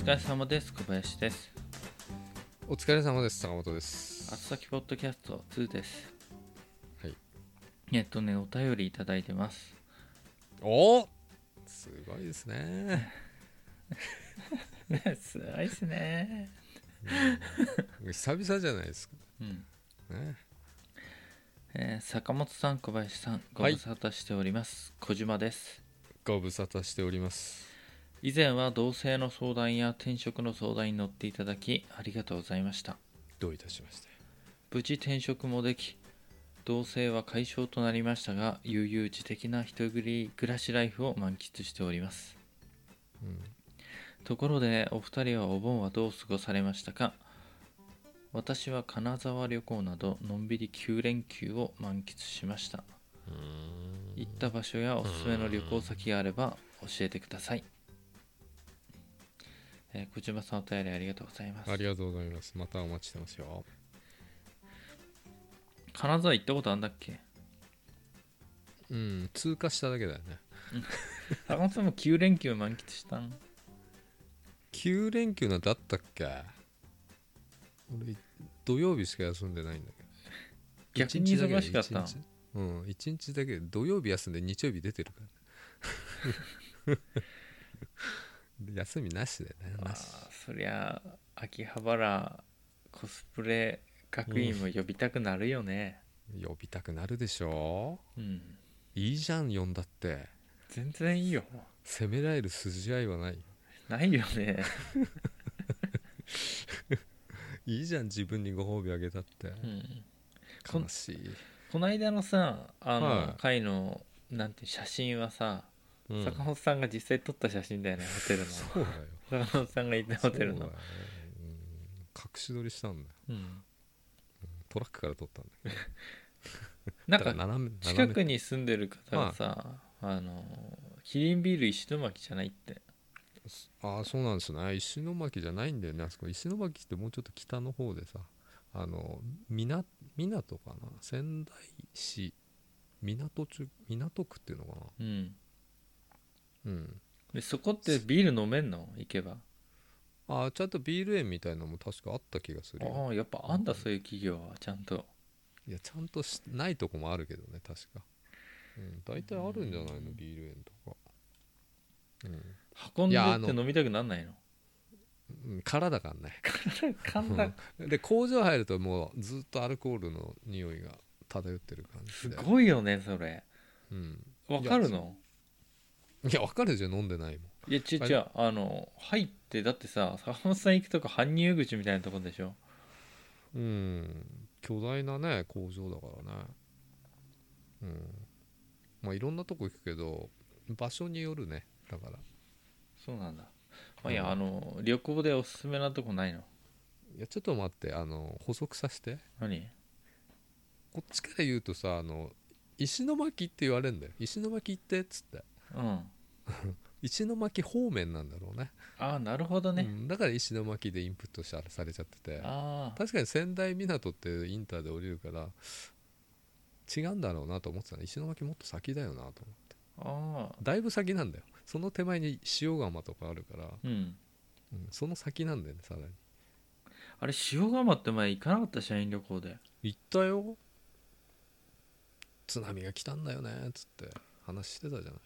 疲れ様です小林ですお疲れ様です坂本ですあつさきポッドキャスト2ですはいえっとねお便りいただいてますおーすごいですね、 すごいっすねうん久々じゃないですかうん、ねえー坂本さん小林さんごはい無沙汰しております、小島ですご無沙汰しております以前は同性の相談や転職の相談に乗っていただきありがとうございましたどういたしまして無事転職もでき同性は解消となりましたが悠々自適な一人暮らしライフを満喫しておりますうんところでお二人はお盆はどう過ごされましたか私は金沢旅行などのんびり9連休を満喫しました行った場所やおすすめの旅行先があれば教えてください、えー小島さんお便りありがとうございますありがとうございますまたお待ちしてますよ金沢行ったことあんだっけうん通過しただけだよね坂本さんも9連休満喫したん9連休なんてあったっけ俺土曜日しか休んでないんだけど逆に忙しかった一日だけで一日うん1日だけで土曜日休んで日曜日出てるから 休みなしでねあなあしそりゃ秋葉原コスプレ学院も呼びたくなるよね呼びたくなるでしょうんいいじゃん呼んだって全然いいよ責められる筋合いはないないよねいいじゃん自分にご褒美あげたってうんこん悲しい、この間のさあの、はい回のなんて写真はさ、うん坂本さんが実際撮った写真だよねホテル そうだよの坂本さんがいたホテルのそうだようん隠し撮りしたんだようんトラックから撮ったんだけどなんかだら斜め近斜くめに住んでる方がさ、あのキリンビール石巻じゃないってああそうなんですね石巻じゃないんだよねあそこ石巻ってもうちょっと北の方でさあの港港かな仙台市港中港区っていうのかうんなうんでそこってビール飲めんの行けばああちゃんとビール園みたいなのも確かあった気がするよああやっぱあんだそういう企業はちゃんといやちゃんとしないとこもあるけどね確か、うん、大体あるんじゃないのビール園とか、う運んいでやっあての飲みたくなん ないのんうん、からだからね簡単で工場入るともうずっとアルコールの匂いが漂ってる感すじですごいよねそれうん、わかるのいやわかるじゃん飲んでないもんいやちあ違うあの入ってだってさ坂本さん行くとこ搬入口みたいなとこでしょうん巨大なね工場だからねうんまあいろんなとこ行くけど場所によるねだからそうなんだ、まあ、いや、うんあの旅行でおすすめなとこないのいやちょっと待ってあの補足させて何こっちから言うとさあの石巻って言われるんだよ石巻行ってっつってうんあ石巻方面なんだろうねあなるほどうね、んだから石巻でインプットさされちゃっててああ確かに仙台港ってインターで降りるから違うんだろうなと思ってたね石巻もっと先だよなと思ってああだいぶ先なんだよその手前に塩釜とかあるから、うんうんその先なんだよねさらにあれ塩釜って前行かなかった社員旅行で行ったよ津波が来たんだよねっつって話してたじゃない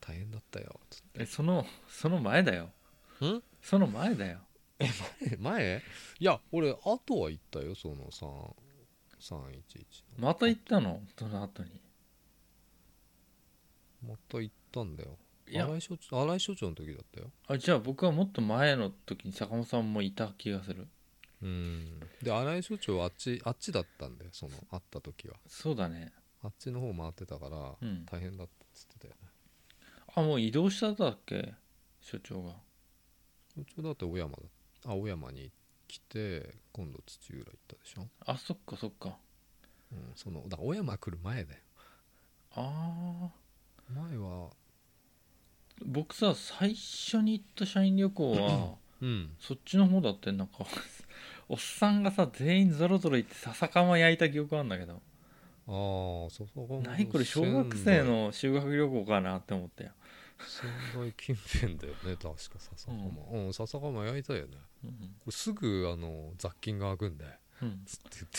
大変だったよつっえそのその前だよてんその前だよえ 前いや俺あとは行ったよその3311のまた行ったのその後にまた行ったんだよいや新井所長新井所長の時だったよあじゃあ僕はもっと前の時に坂本さんもいた気がするうんで新井所長はあっちあっちだったんだよその会った時はそうだねあっちの方回ってたからうん大変だったっつってたよねあもう移動したんだっけ所長が所長だって小山だあ小山に来て今度土浦行ったでしょ、あそっかそっかうん、そのだから小山来る前だよああ前は僕さ最初に行った社員旅行 はうんそっちの方だってなんか おっさんがさ全員ぞろぞろ行って笹かま焼いた記憶あるんだけどああそこも何これ小学生の修学旅行かなって思ったよ仙台近辺だよね確か笹うかまうん、笹かま焼いたよねうんこれすぐあの雑菌が開くんでうんつって言って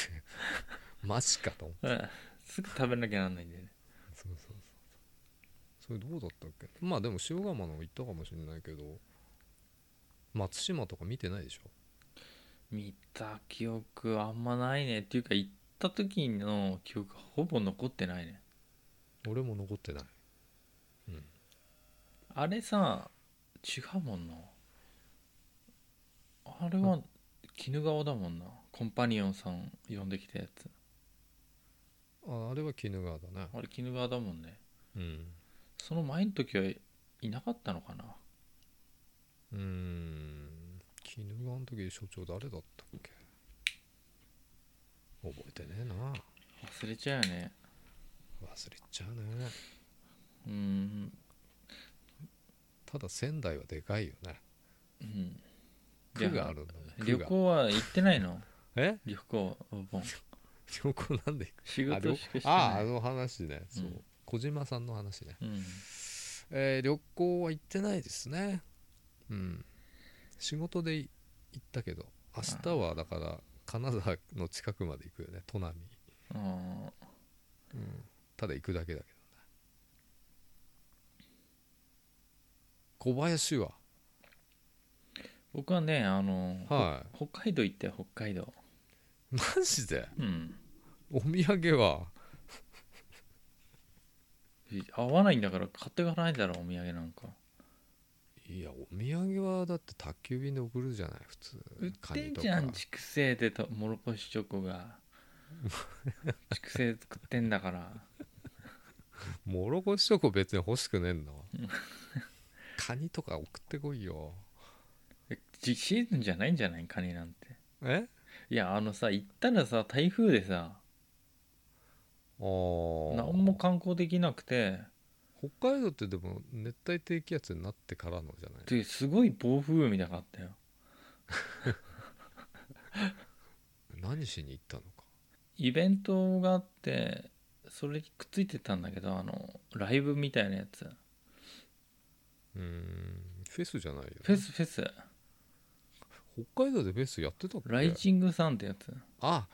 マジかと思ってうん すぐ食べなきゃなんないんだよねそうそうそうそれどうだったっけまあでも塩釜のも行ったかもしれないけど松島とか見てないでしょ見た記憶あんまないねっていうか行った時の記憶ほぼ残ってないね俺も残ってないあれさ違うもんなあれは絹川だもんなコンパニオンさん呼んできたやつああれは鬼怒川だねあれ絹川だもんねうんその前の時はいなかったのかなうーん鬼怒川の時所長誰だったっけ覚えてねえな忘れちゃうよね忘れちゃうねうんただ仙台はでかいよねうんいや区があるんだもん旅区が行は行ってないの え旅行お盆旅行なんで行く仕あ事旅しかしてああないの話ねそう、うん小島さんの話ねうんえー旅行は行ってないですねうん仕事で行ったけど明日はだから金沢の近くまで行くよね砺波、あうん、ただ行くだけだけどね小林は僕はねあの、は北海道行ったよ北海道いマジでうんお土産は合わないんだから買っていかないだろお土産なんかいやお土産はだって宅急便で送るじゃない普通売ってんじゃん畜生でとモロコシチョコが畜生作ってんだからもろこしチョコ別に欲しくねえんだわカニとか送ってこいよえじシーズンじゃないんじゃないカニなんてえいやあのさ行ったらさ台風でさあー何も観光できなくて北海道ってでも熱帯低気圧になってからのじゃないですごい暴風雨みたいなのがあったよ何しに行ったのかイベントがあってそれにくっついてたんだけどあのライブみたいなやつうーんフェスじゃないよね、フェスフェス北海道でフェスやってたっけライジングさんってやつあ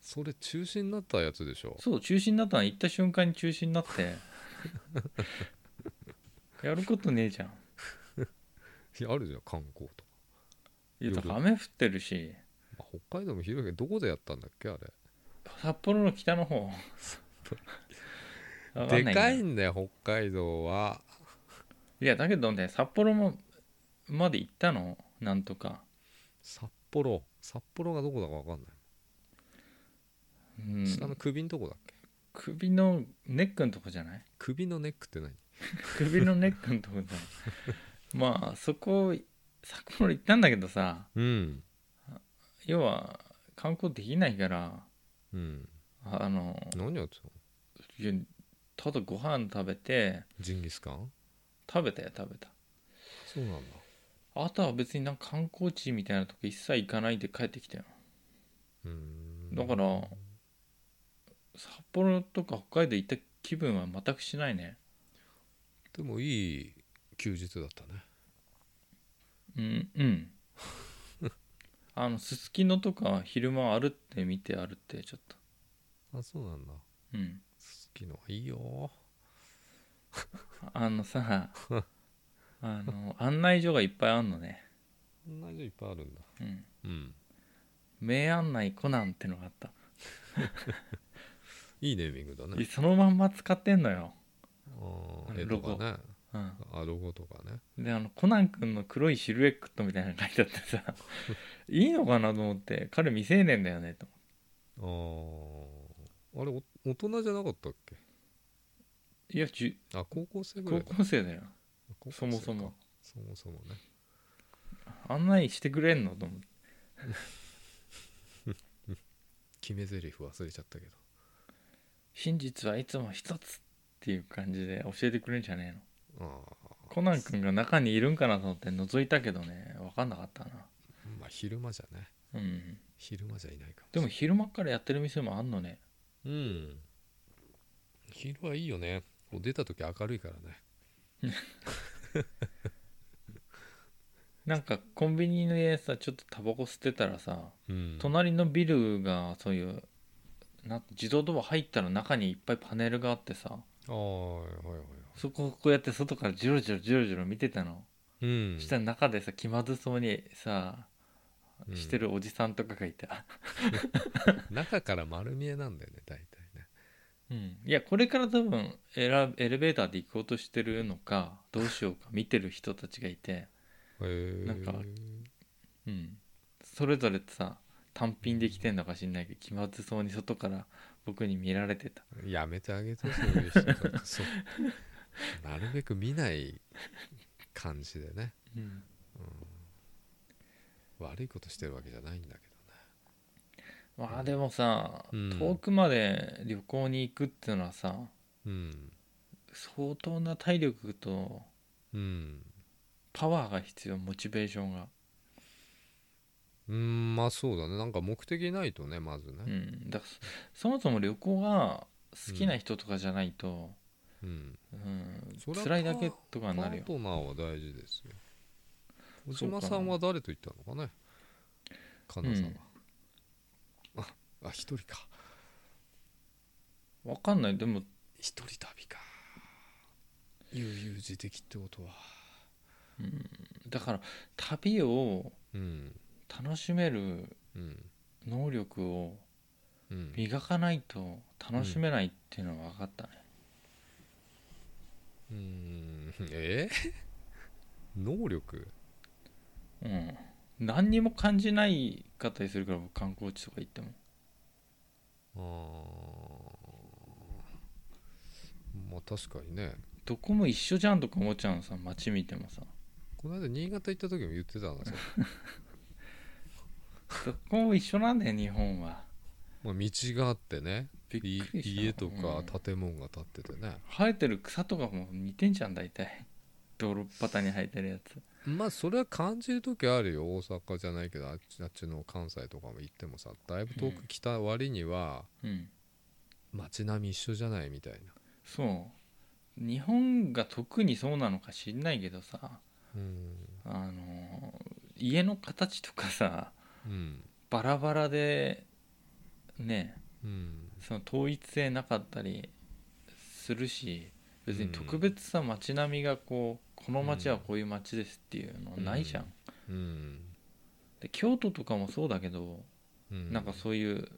それ中止になったやつでしょそう中止になったの行った瞬間に中止になってやることねえじゃんいやあるじゃん観光とか、いやだから夜雨降ってるしまあ北海道も広いけどどこでやったんだっけあれ札幌の北の方わんなでかいいんだよ北海道はいやだけどね札幌もまで行ったのなんとか札幌札幌がどこだか分かんない、うん下の首のとこだっけ首のネックのとこじゃない首のネックって何首のネックのとこじゃない まあそこ札幌行ったんだけどさうん要は観光できないからうんあの何やってたのいやただご飯食べてジンギスカン食べたよ食べたそうなんだあとは別になんか観光地みたいなとこ一切行かないで帰ってきたようーんだから札幌とか北海道行った気分は全くしないねでもいい休日だったねうんうんあのすすきのとか昼間歩って見て歩ってちょっとあそうなんだ好うんきのはいいよあのさあの案内所がいっぱいあんのね、こんなにいっぱいあるんだうん、うん名案内コナンってのがあったいいネーミングだいねそのまんま使ってんのよ、ああーの絵ロとゴかねうん、あロゴとかねであのコナン君の黒いシルエットみたいなの書いてあってさいいのかなと思って彼未成年だよねとあーあれお大人じゃなかったっけいやじゅあ高校生ぐら高いだ校生だよ高校そ生かもそもそもそもね案内してくれんのと思って決め台詞忘れちゃったけど真実はいつも一つっていう感じで教えてくれんじゃねえのああコナン君が中にいるんかなと思って覗いたけどね分かんなかったなまあ昼間じゃねうん昼間じゃいないかもしでれもない昼間からやってる店もあんのねうん昼はいいよねこう出た時明るいからねなんかコンビニでさちょっとタバコ吸ってたらさうん隣のビルがそういうなんか自動ドア入ったら中にいっぱいパネルがあってさああはいはいはいそこをこうやって外からジョロジョロジョロジョロ見てたの、うんそしたら中でさ気まずそうにさうんしてるおじさんとかがいた、中から丸見えなんだよね大体ねうん、いやこれから多分エラエレベーターで行こうとしてるのかどうしようか見てる人たちがいて、へえなんかうん、それぞれさ単品で来てんのか知んないけど気まずそうに外から僕に見られてたやめてあげてそういう人たちそう なるべく見ない感じでねうん悪いことしてるわけじゃないんだけどねまあでもさ、うん遠くまで旅行に行くっていうのはさうん相当な体力とうんパワーが必要モチベーションが、うんまあそうだねなんか目的ないとねまずうねん、だからそそもそも旅行が好きな人とかじゃないと、うんうんそれは辛いだけとかパになるよートナーは大事ですよ小そうかな島さんは誰と行ったのかね神田さんは、 ああ一人かわかんないでも一人旅か悠々自適ってことはだから旅をうん楽しめるうん能力をうん磨かないと楽しめないっていうのは分かったね、うーん え能力うん何にも感じないかったりするから僕観光地とか行ってもあーまあ確かにねどこも一緒じゃんとか思っちゃうのさ街見てもさこの間新潟行った時も言ってた んですよ、どこも一緒なんだよ日本はまあ、道があってねびっいくりした家とうかん建物が建っててね、生えてる草とかも似てんじゃん大体泥っ端に生えてるやつまあそれは感じる時あるよ大阪じゃないけどあっちあっちの関西とかも行ってもさだいぶ遠く来た割にはうん街並み一緒じゃないみたいな、そう日本が特にそうなのか知んないけどさ、うんあの家の形とかさ うんバラバラでねうんその統一性なかったりするし別に特別さ街並みがこうこの街はこういう街ですっていうのないじゃん。ううんで京都とかもそうだけどうんなんかそういう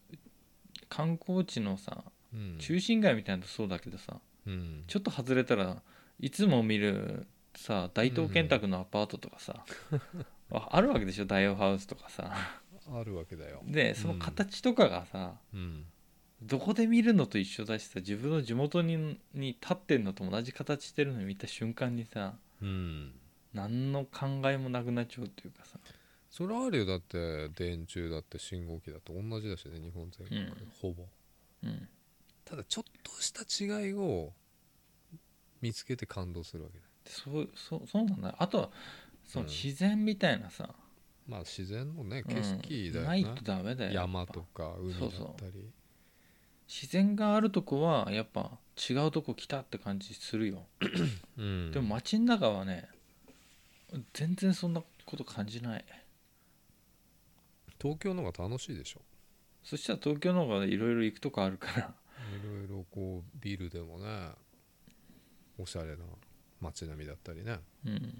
観光地のさうん中心街みたいなのそうだけどさうんちょっと外れたらいつも見るさ大東建託のアパートとか さああるわけでしょ大王ハウスとかさ。あるわけだよ。でその形とかがさ、うん。どこで見るのと一緒だしさ自分の地元にに立ってんのと同じ形してるの見た瞬間にさうん。何の考えもなくなっちゃうというかさそれあるよだって電柱だって信号機だって同じだしね日本全国、うんほぼうんただちょっとした違いを見つけて感動するわけだそうそうそうなんだあとはそのうん自然みたいなさ、まあ自然のうねん景色だよなねい、とダメだよやっぱ山とか海だそっうそうたり自然があるとこはやっぱ違うとこ来たって感じするよ、うんでも街の中はね全然そんなこと感じない東京の方が楽しいでしょそしたら東京の方がいろいろ行くとこあるからいろいろこうビルでもねおしゃれな街並みだったりねうん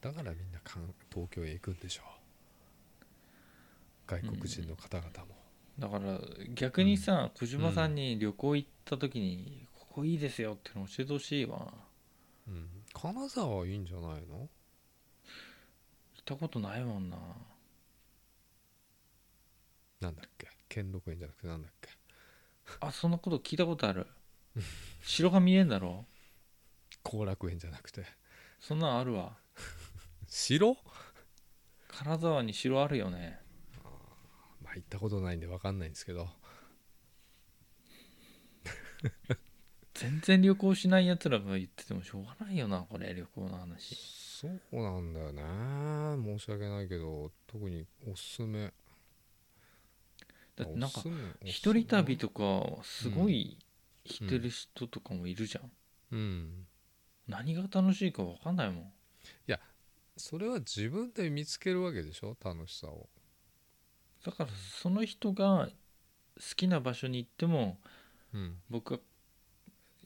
だからみんなかん東京へ行くんでしょう外国人の方々も、だから逆にさ小島さんに旅行行った時にここいいですよっていうの教えてほしいわ行うん、金沢はいいんじゃないのったことないもんななんだっけ兼六園じゃなくてなんだっけあそんなこと聞いたことあ る城が見えんだろ後楽園じゃなくてそんなんあるわ城金沢に城あるよねまあ行ったことないんで分かんないんですけど全然旅行しないやつらが言っててもしょうがないよなこれ旅行の話そうなんだよね申し訳ないけど特におすすめだってなんかおすすめおすす一め人旅とかすごいしてる人とかもいるじゃん、うん何が楽しいか分かんないもんそれは自分で見つけるわけでしょ楽しさをだからその人が好きな場所に行ってもうん僕が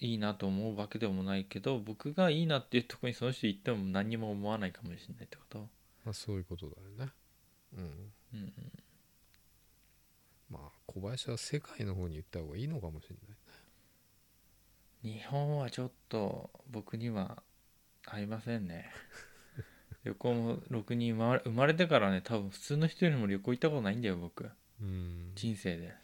いいなと思うわけでもないけど僕がいいなっていうところにその人行っても何にも思わないかもしれないってことまあそういうことだよねうんうんうんまあ小林は世界の方に行った方がいいのかもしれない日本はちょっと僕には合いません ね旅行もろくに生まれ生まれてからね多分普通の人よりも旅行行ったことないんだよ僕うん人生でだ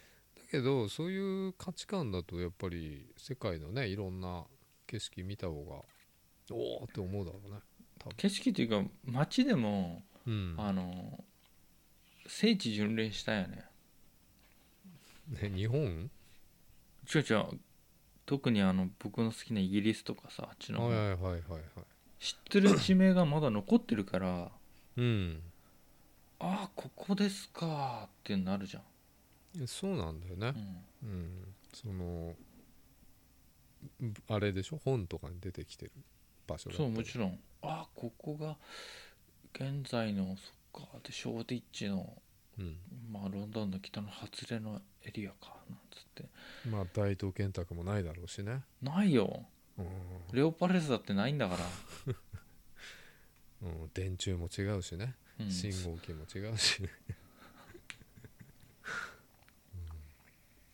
けどそういう価値観だとやっぱり世界のねいろんな景色見た方がおおって思うだろうね景色というか街でも、うんあの聖地巡礼したよねね日本違う違う特にあの僕の好きなイギリスとかさあっちのはい方、はいはいはいはい知ってる地名がまだ残ってるからうんああここですかーってなるじゃん、そうなんだよねうんうんそのあれでしょ本とかに出てきてる場所だったそりうもちろんああここが現在のそっかでショーティッチの、うんまあ、ロンドンの北の外れのエリアかなんつってまあ大東建託もないだろうしねないようん、レオパレスだってないんだから、うん、電柱も違うしねうん、信号機も違うし、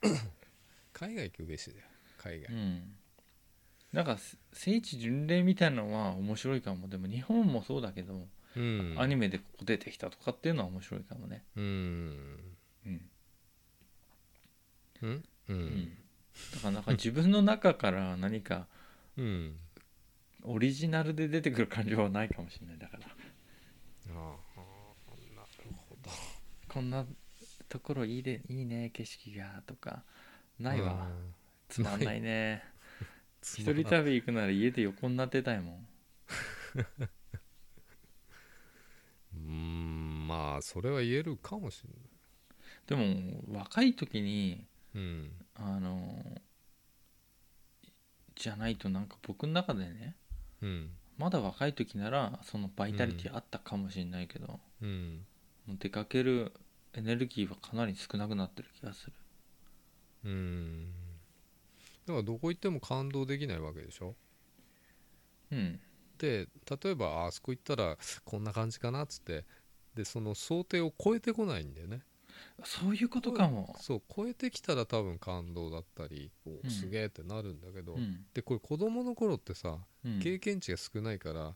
うん海外行くべしだよ海う外んなんかせ聖地巡礼みたいなのは面白いかもでも日本もそうだけど、うんアニメでここ出てきたとかっていうのは面白いかもねうんうん、うんううんんだからなんか自分の中から何かうんオリジナルで出てくる感情はないかもしれないだからああなるほどこんなところいいでいいね景色がとかないわうんつまんないねつ一まら人旅行くなら家で横になってたいもんうーんまあそれは言えるかもしれでも若い時にないうんあのじゃないとなんか僕の中でねうんまだ若い時ならそのバイタリティあったかもしれないけど、うんもう出かけるエネルギーはかなり少なくなってる気がするうんだからどこ行っても感動できないわけでしょうんで例えばああそこ行ったらこんな感じかなっつってでその想定を超えてこないんだよねそういうことかも、そう超えてきたら多分感動だったりうおんすげえってなるんだけど、うんでこれ子供の頃ってさうん、経験値が少ないから、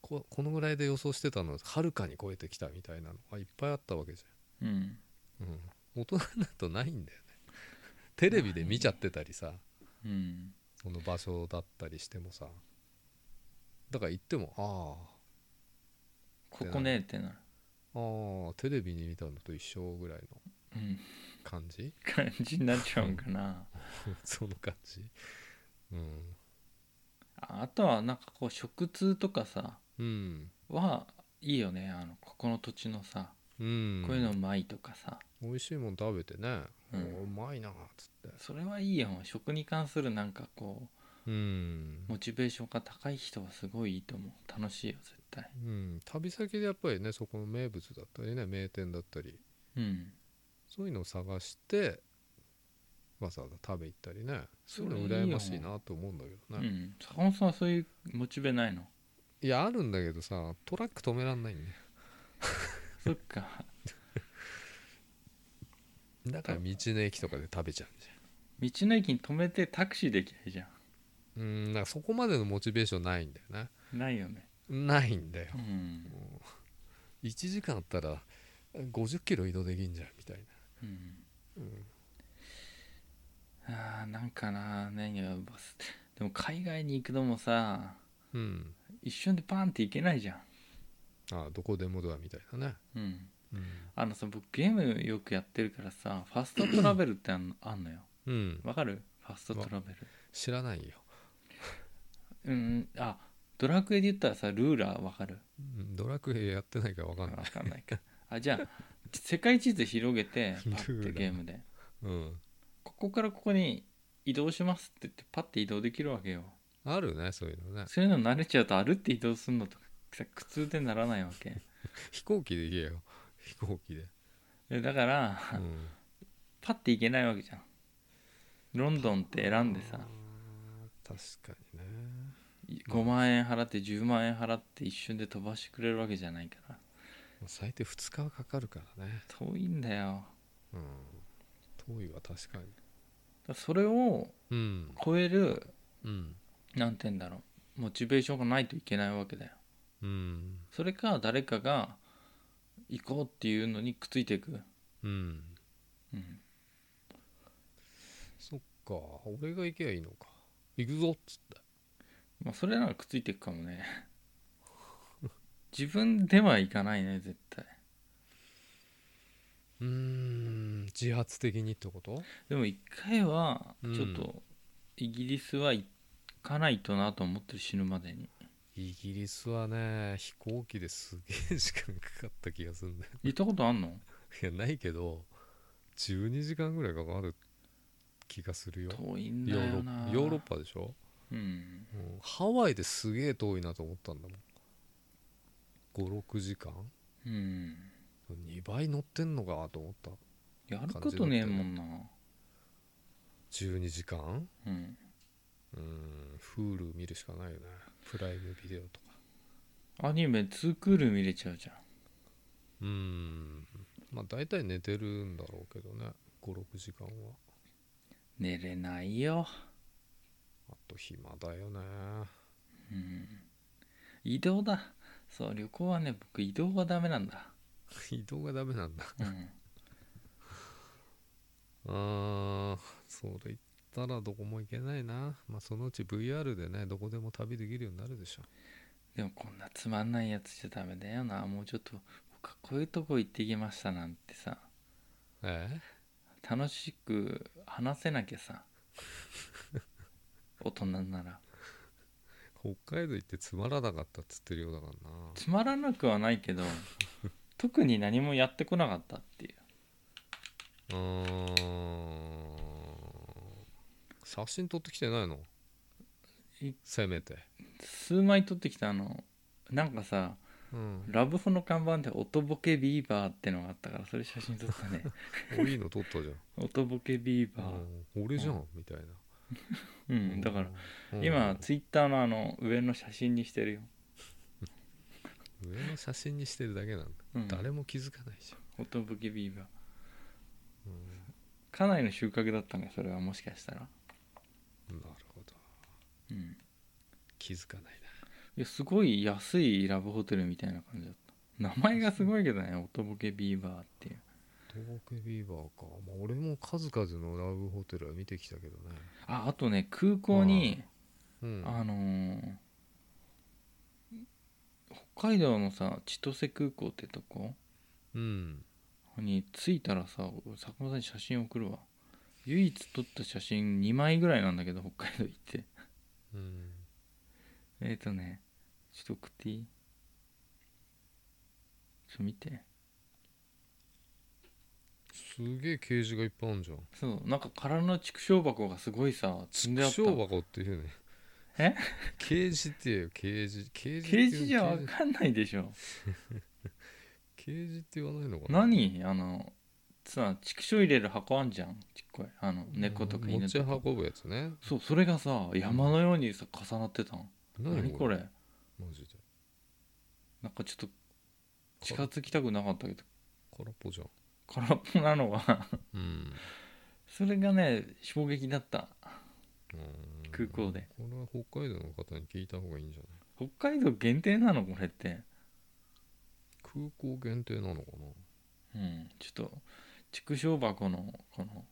ここのぐらいで予想してたのをはるかに超えてきたみたいなのがいっぱいあったわけじうんゃん、うん、大人になるとないんだよねテレビで見ちゃってたりさうんその場所だったりしてもさだから行ってもああここねってなるああテレビに見たのと一緒ぐらいのうん感じ 感じになっちゃうんかなその感じうんああとはなんかこう食通とかさうんはいいよねあのここの土地のさうんこういうのうまいとかさ、美味しいもん食べてね、ううんうまいなっつってそれはいいよ食に関するなんかこうんう、モチベーションが高い人はすごいいいと思う楽しいよ絶対うん、旅先でやっぱりねそこの名物だったりね名店だったりうんそういうのを探してわざわざ食べ行ったりねそういうの羨ましいなと思うんだけうどねん坂本さんはそういうモチベないのいやあるんだけどさトラック止めらんないんだよそっかだから道の駅とかで食べちゃうんじ道の駅に止めてタクシーできないじゃゃんうんなんかそこまでのモチベーションないんだよねんないよねないんだようん、 1時間あったら50キロ移動できんじゃんみたいなうんうんあーなんかな何がバスでも海外に行くのもさうん、一瞬でバンって行けないじゃあどこでもドアみたいなね、んうんうんあのさ僕ゲームよくやってるからさファストトラベルってあん のあんのようん、わかるファストトラベ知らないよ、ルうんあドラクエで言ったらさルーラーわかるうんドラクエやってないから分かわんない、かんないかあじゃあ世界地図広げてパ ルーラーッてゲームでうん、ここからここに移動しますって言ってパッて移動できるわけよあるねそういうのねそういうの慣れちゃうと歩って移動するのとかさ苦痛でならないわけ飛行機で行けよ飛行機で、でだからうん、パッて行けないわけじゃんロンドンって選んでさあー確かにね5万円払って10万円払って一瞬で飛ばしてくれるわけじゃないからまあ最低2日はかかるからね遠いんだようん遠いは確かにだからそれをうん超えるうんなんて言うんだろうモチベーションがないといけないわけだようんそれか誰かが行こうっていうのにくっついていく、うんうん、そっか俺が行けばいいのか行くぞっつってまあそれならくっついていくかもね自分では行かないね絶対うーん自発的にってことでも一回はうんちょっとイギリスは行かないとなと思ってる死ぬまでにイギリスはね飛行機ですげえ時間かかった気がするんだよ 行ったことあんのいやないけど12時間ぐらいかかる気がするよ遠いんだヨーロよッなヨーロッパでしょ、うんうんハワイですげえ遠いなと思ったんだもん56時間うん2倍乗ってんのかと思ったやることねえもんな12時間うんうーん Hulu 見るしかないよねプライムビデオとかアニメ2クール見れちゃうじゃんうーんまあ大体寝てるんだろうけどね56時間は寝れないよ、あと暇だよね うん、移動だそう旅行はね僕移動がダメなんだ、移動がダメなんだ うん、あーそれ言ったらどこも行けないなまあそのうち VR でねどこでも旅できるようになるでしょでもこんなつまんないやつじゃダメだよなもうちょっと僕はこういうとこ行ってきましたなんてさええ楽しく話せなきゃさ 大人なら北海道行ってつまらなかったっつってるようだからなつまらなくはないけど特に何もやってこなかったっていううーん写真撮ってきてないのいせめて数枚撮ってきたあのなんかさ うんラブホの看板で「音ボケビーバー」ってのがあったからそれ写真撮った ねおいいの撮ったじゃ音ボケビーバん、ーうん俺じゃん、みたいな、うんだからうん今ツイッターのあの上の写真にしてるよ、上の写真にしてるだけなんだ、うん、誰も気づかないじゃん音ボケビーバーうんかなりの収穫だったねそれはもしかしたらなるほどうん気づかないいやすごい安いラブホテルみたいな感じだった名前がすごいけどね音ボケビーバーっていうな東北ビーバーか、まあ、俺も数々のラブホテルは見てきたけどねああとね空港にうんあのー北海道のさ千歳空港ってとこうんに着いたらさ坂本さんに写真送るわ唯一撮った写真2枚ぐらいなんだけど北海道行って うんえっ、ー、とねちょっと送っていいちょっと見てすげえケージがいっぱいあるじゃんそうなんか空の畜生箱がすごいさ積んであった畜生箱っていうねえケージって言えよケージケージってケいうージじゃわかんないでしょケージって言わないのかな何あのさ畜生入れる箱あんじゃんちっこいあの猫とか犬持ちとか運ぶやつねそうそれがさ山のようにさ重なってたん何これマジでなんかちょっと近づきたくなかったけど空っぽじゃん空っぽなのがうん それがね衝撃だったうん空港でこれは北海道の方に聞いた方がいいんじゃない北海道限定なのこれって空港限定なのかなうんちょっと畜生箱のこの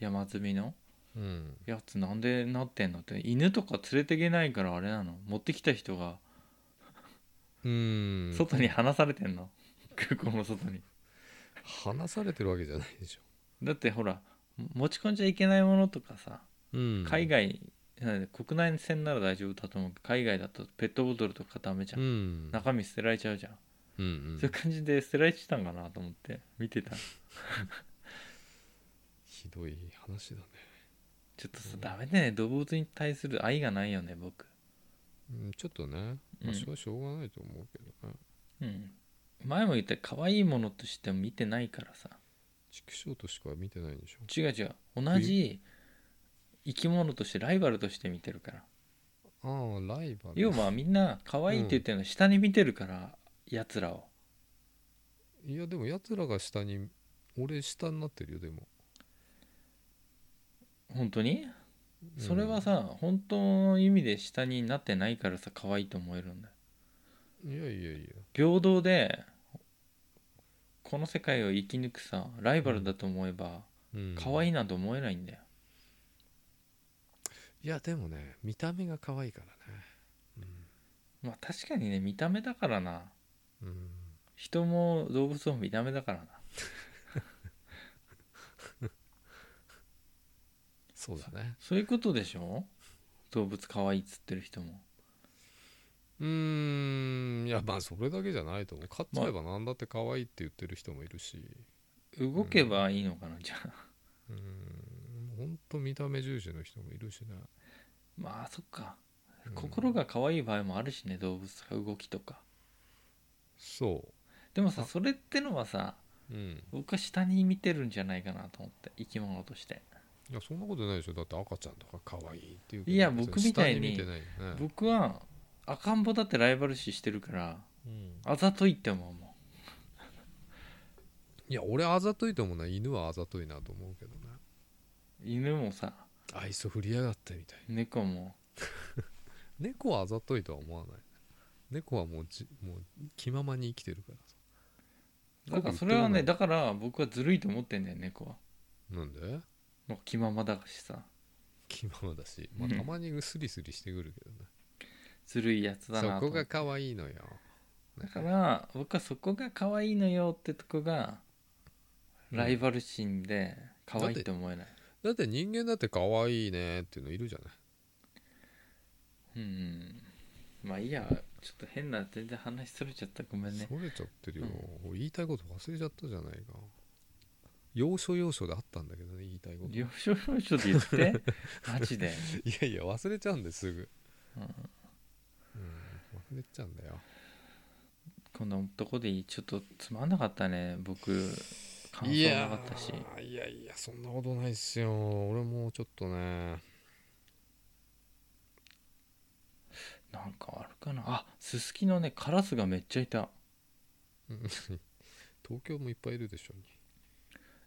山積みのうんやつなんでなってんのって犬とか連れてけないからあれなの持ってきた人がうん外に放されてん の、空港の外に話されてるわけじゃないでしょ、だってほら持ち込んじゃいけないものとかさうん海外、なんで国内線なら大丈夫だと思うけど海外だとペットボトルとかダメじゃ、うんん中身捨てられちゃうじゃん、うんうんそういう感じで捨てられてたんかなと思って見てたひどい話だねちょっとさダメだね動物に対する愛がないよね僕うん、ちょっとね、うまあ、んそれはしょうがないと思うけどね、うん、前も言った可愛いものとしても見てないからさ畜生としか見てないんでしょ違う違う同じ生き物としてライバルとして見てるからああライバル要はみんな可愛いって言ってるのは下に見てるから、やつらをいやでもやつらが下に俺下になってるよでも、本当にうんそれはさ、本当の意味で下になってないからさ可愛いと思えるんだよいやいやいや平等でこの世界を生き抜くさライバルだと思えば、うん可愛いなんて思えないんだよいやでもね見た目が可愛いからねまあ確かにね見た目だからなうん、うん、人も動物も見た目だからなそうだねそういうことでしょ動物可愛いっつってる人もうーんいやまあそれだけじゃないと思う飼っちゃえば何だって可愛いって言ってる人もいるし、動けばいいのかな、じゃあうんほんと見た目重視の人もいるしね、まあそっかうん心が可愛い場合もあるしね動物が動きとかそでもさあそれってのはさううん僕は下に見てるんじゃないかなと思って生き物としていやそんなことないでしょだって赤ちゃんとか可愛いっていうけどいや僕みたいに下見てないよね僕は赤ん坊だってライバル視してるからうんあざといって思うもいや俺あざといと思うな犬はあざといなと思うけどねん犬もさ愛想振りやがってみたいな猫も猫はあざといとは思わない猫はもうじもう気ままに生きてるからさだからそれはねだだから僕はずるいと思ってんだよ猫はなんでもう気ままだしさ気ままだし、まあ、うんたまにスリスリしてくるけどね、ずるいやつだなとそこ思がって可愛いのよだから僕はそこが可愛いのよってとこがライバル心で可愛いって思えない、だって人間だって可愛いねっていうのいるじゃないうん、まあいいやちょっと変な全然話それちゃったごめんねそれちゃってるよ、う言いたいこと忘れちゃったじゃないか要所要所であったんだけどね言いたいことい了承了承で言ってマジで、やいや忘れちゃうんですぐ、うん、うん、忘れちゃうんだよこんなとこでいいちょっとつまんなかったね僕感い想やなかったしーいやいやそんなことないっすよ俺もうちょっとねなんかあるかなあすすきのねカラスがめっちゃいたうん東京もいっぱいいるでしょうに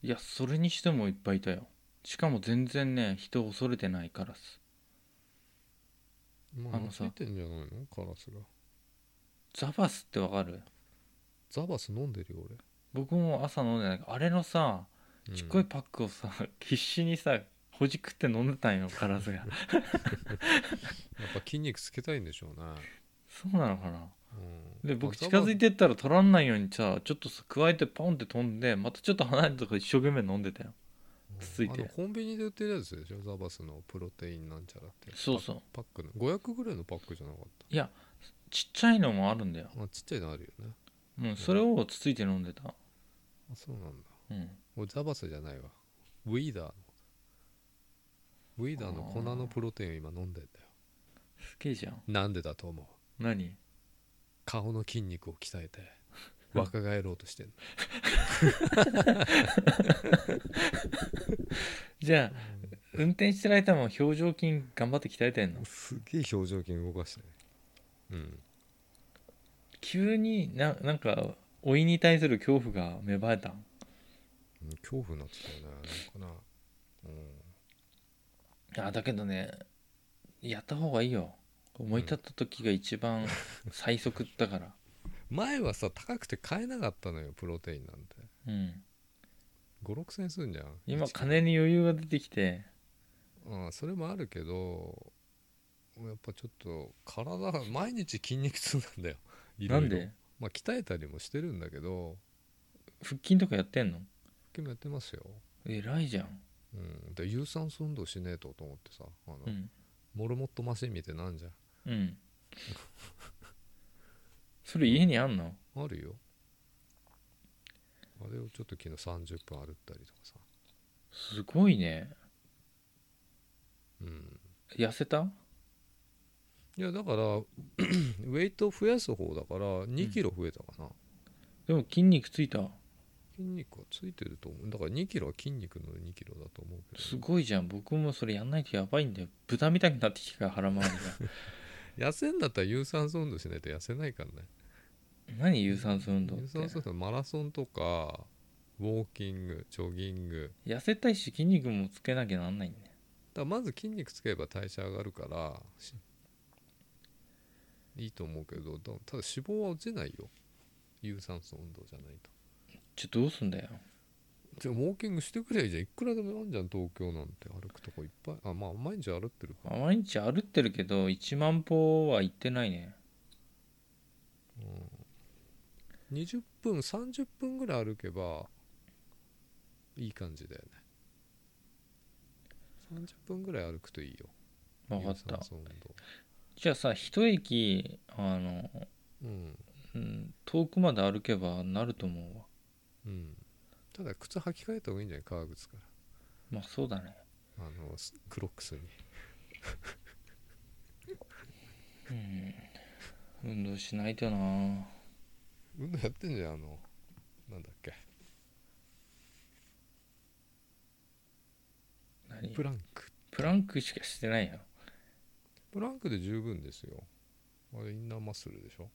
いやそれにしてもいっぱいいたよしかも全然ね人を恐れてないカラスまああのさついてんじゃないのカラスがザバスってわかるザバス飲んでるよ俺、僕も朝飲んでないあれのさうんちっこいパックをさ、必死にさほじくって飲んでたんよカラ スがやっぱ筋肉つけたいんでしょうね、そうなのかなうんで僕近づいてったら取らんないようにさちょっとさ加えてポンって飛んでまたちょっと離れたとこ一生懸命飲んでたよつついてあのコンビニで売ってるやつでしょザバスのプロテインなんちゃらってそうそうパックの500ぐらいのパックじゃなかっちっちゃいのもあるんだよたあちっちゃいのあるよねうんそれをつついて飲んでたあそうなんだうん俺ザバスじゃないわウィーダーのウィーダーの粉のプロテインを今飲んでんだよすげえじゃんなんでだと思う何顔の筋肉を鍛えて若返ろうとしてんの じゃあ運転してる間も表情筋頑張って鍛えてんのすげえ表情筋動かしてねうん急にななんか老いに対する恐怖が芽生えたんうん恐怖になってたよねなんかなうんあだけどねやった方がいいよ思い立った時が一番最速だから前はさ高くて買えなかったのよプロテインなんてうん56000円するんじゃん今一キロ金に余裕が出てきてうん、それもあるけどやっぱちょっと体が毎日筋肉痛なんだよいろないろんでまあ鍛えたりもしてるんだけど腹筋とかやってんの腹筋もやってますよ、偉いじゃんうん、で有酸素運動しねえとと思ってさあの、うんモルモットマシンみたいなんじゃんうん それ家にあんのあるよあれをちょっと昨日30分歩ったりとかさすごいねうん痩せたいやだから ウェイト増やす方だから2キロ増えたかな、でも筋肉ついた筋肉はついてると思うだから2キロは筋肉の2キロだと思うけどすごいじゃん僕もそれやんないとやばいんだよ豚みたいになってきたから腹回り が痩せんだったら有酸素運動しないと痩せないからね何有酸素運動っ有て酸素運動マラソンとかウォーキングジョギング痩せたいし筋肉もつけなきゃなんないんだよだからまず筋肉つければ代謝上がるからしいいと思うけどだただ脂肪は落ちないよ有酸素運動じゃないとちょどうすんだよじゃあウォーキングしてくれゃいいじゃんいくらでもあんじゃん東京なんて歩くとこいっぱいあまあ毎日歩ってるか毎日歩ってるけど1万歩は行ってないね20分30分ぐらい歩けばいい感じだよね30分ぐらい歩くといいよ分かっ有た酸素運動じゃあさ一駅あの、うんうん、遠くまで歩けばなると思うわうんただ靴履き替えた方がいいんじゃない革靴からまあそうだねあのスクロックスにうん運動しないとな運動やってんじゃんあのなんだっけ何プランクプランクしかしてないよプランクで十分ですよあれインナーマッスルでしょ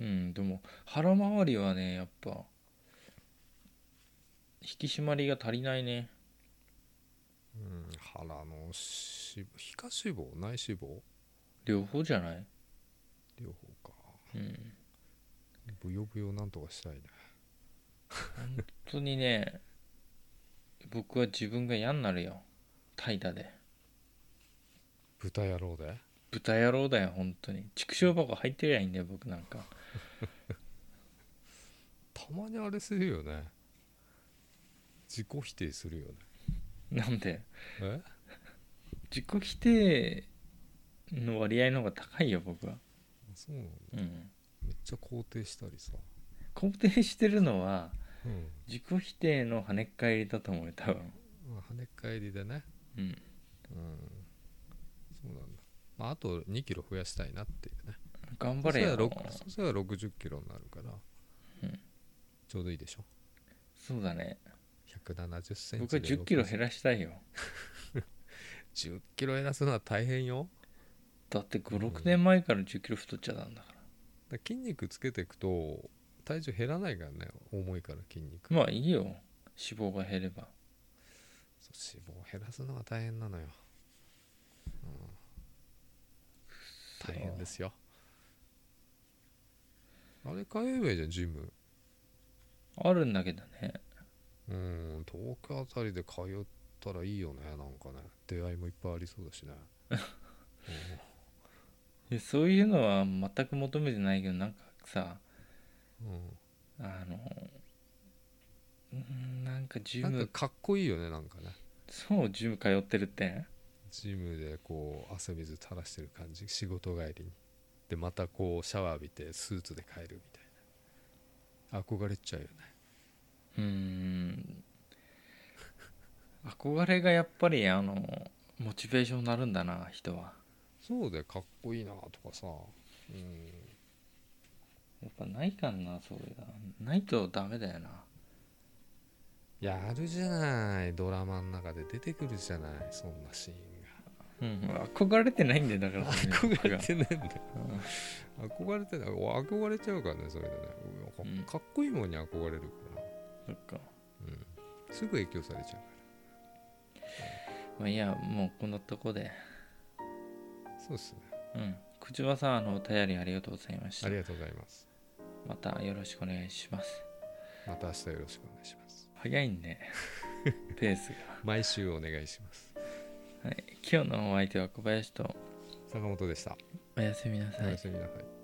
うんでも腹回りはねやっぱ引き締まりが足りないねうん腹の脂皮下脂肪内脂肪両方じゃない両方かうんブヨブヨなんとかしたいね本当にね僕は自分が嫌になるよ怠惰で豚野郎で豚野郎だよ本当に畜生箱入ってりゃいいんだよ僕なんかたまにあれするよね自己否定するよねなんでえ自己否定の割合の方が高いよ僕はそうなのうんめっちゃ肯定したりさ肯定してるのはうん自己否定の跳ねっ返りだと思うよ多分まあ跳ね返りでねうんうんそうなんだ、まあ、あと2キロ増やしたいなっていうね頑そ張したれらよ6そしたら60キロになるから、うんちょうどいいでしょそうだね170セン僕チはで1 0キロ減らしたいよ10キロ減らすのは大変よだって56年前から1 0キロ太っちゃったんだからだから筋肉つけていくと体重減らないからね重いから筋肉まあいいよ脂肪が減ればそう脂肪を減らすのは大変なのよ、うん、大変ですよあれ通えばいいじゃんジムあるんだけどねうん遠くあたりで通ったらいいよねなんかね出会いもいっぱいありそうだしね、でそういうのは全く求めてないけどなんかさうあのうんなんかジん、なんかムかっこいいよねなんかねそうジム通ってるってジムでこう汗水垂らしてる感じ仕事帰りにでまたこうシャワー浴びてスーツで帰るみたいな憧れちゃうよねうーん憧れがやっぱりあのモチベーションになるんだな人はそうでかっこいいなとかさ、うん、やっぱないかんなそれがないとダメだよなやるじゃないドラマの中で出てくるじゃないそんなシーンうん憧れてないんだよだからがその憧欲れがてないんだよ憧れてないお憧れちゃうからねそれでねうわうんかかっこいいもんに憧れるから、そっかうん、すぐ影響されちゃうかまあいいやもうこんなとこでらそうですねうん口はさんあのお便りありがとうございましあたりがとうございますまたよろしくお願いしますまた明日よろしくお願いします早い ねペースが毎週お願いしますはい、今日のお相手は小林と坂本でしたおやすみなさおいや。すみなさい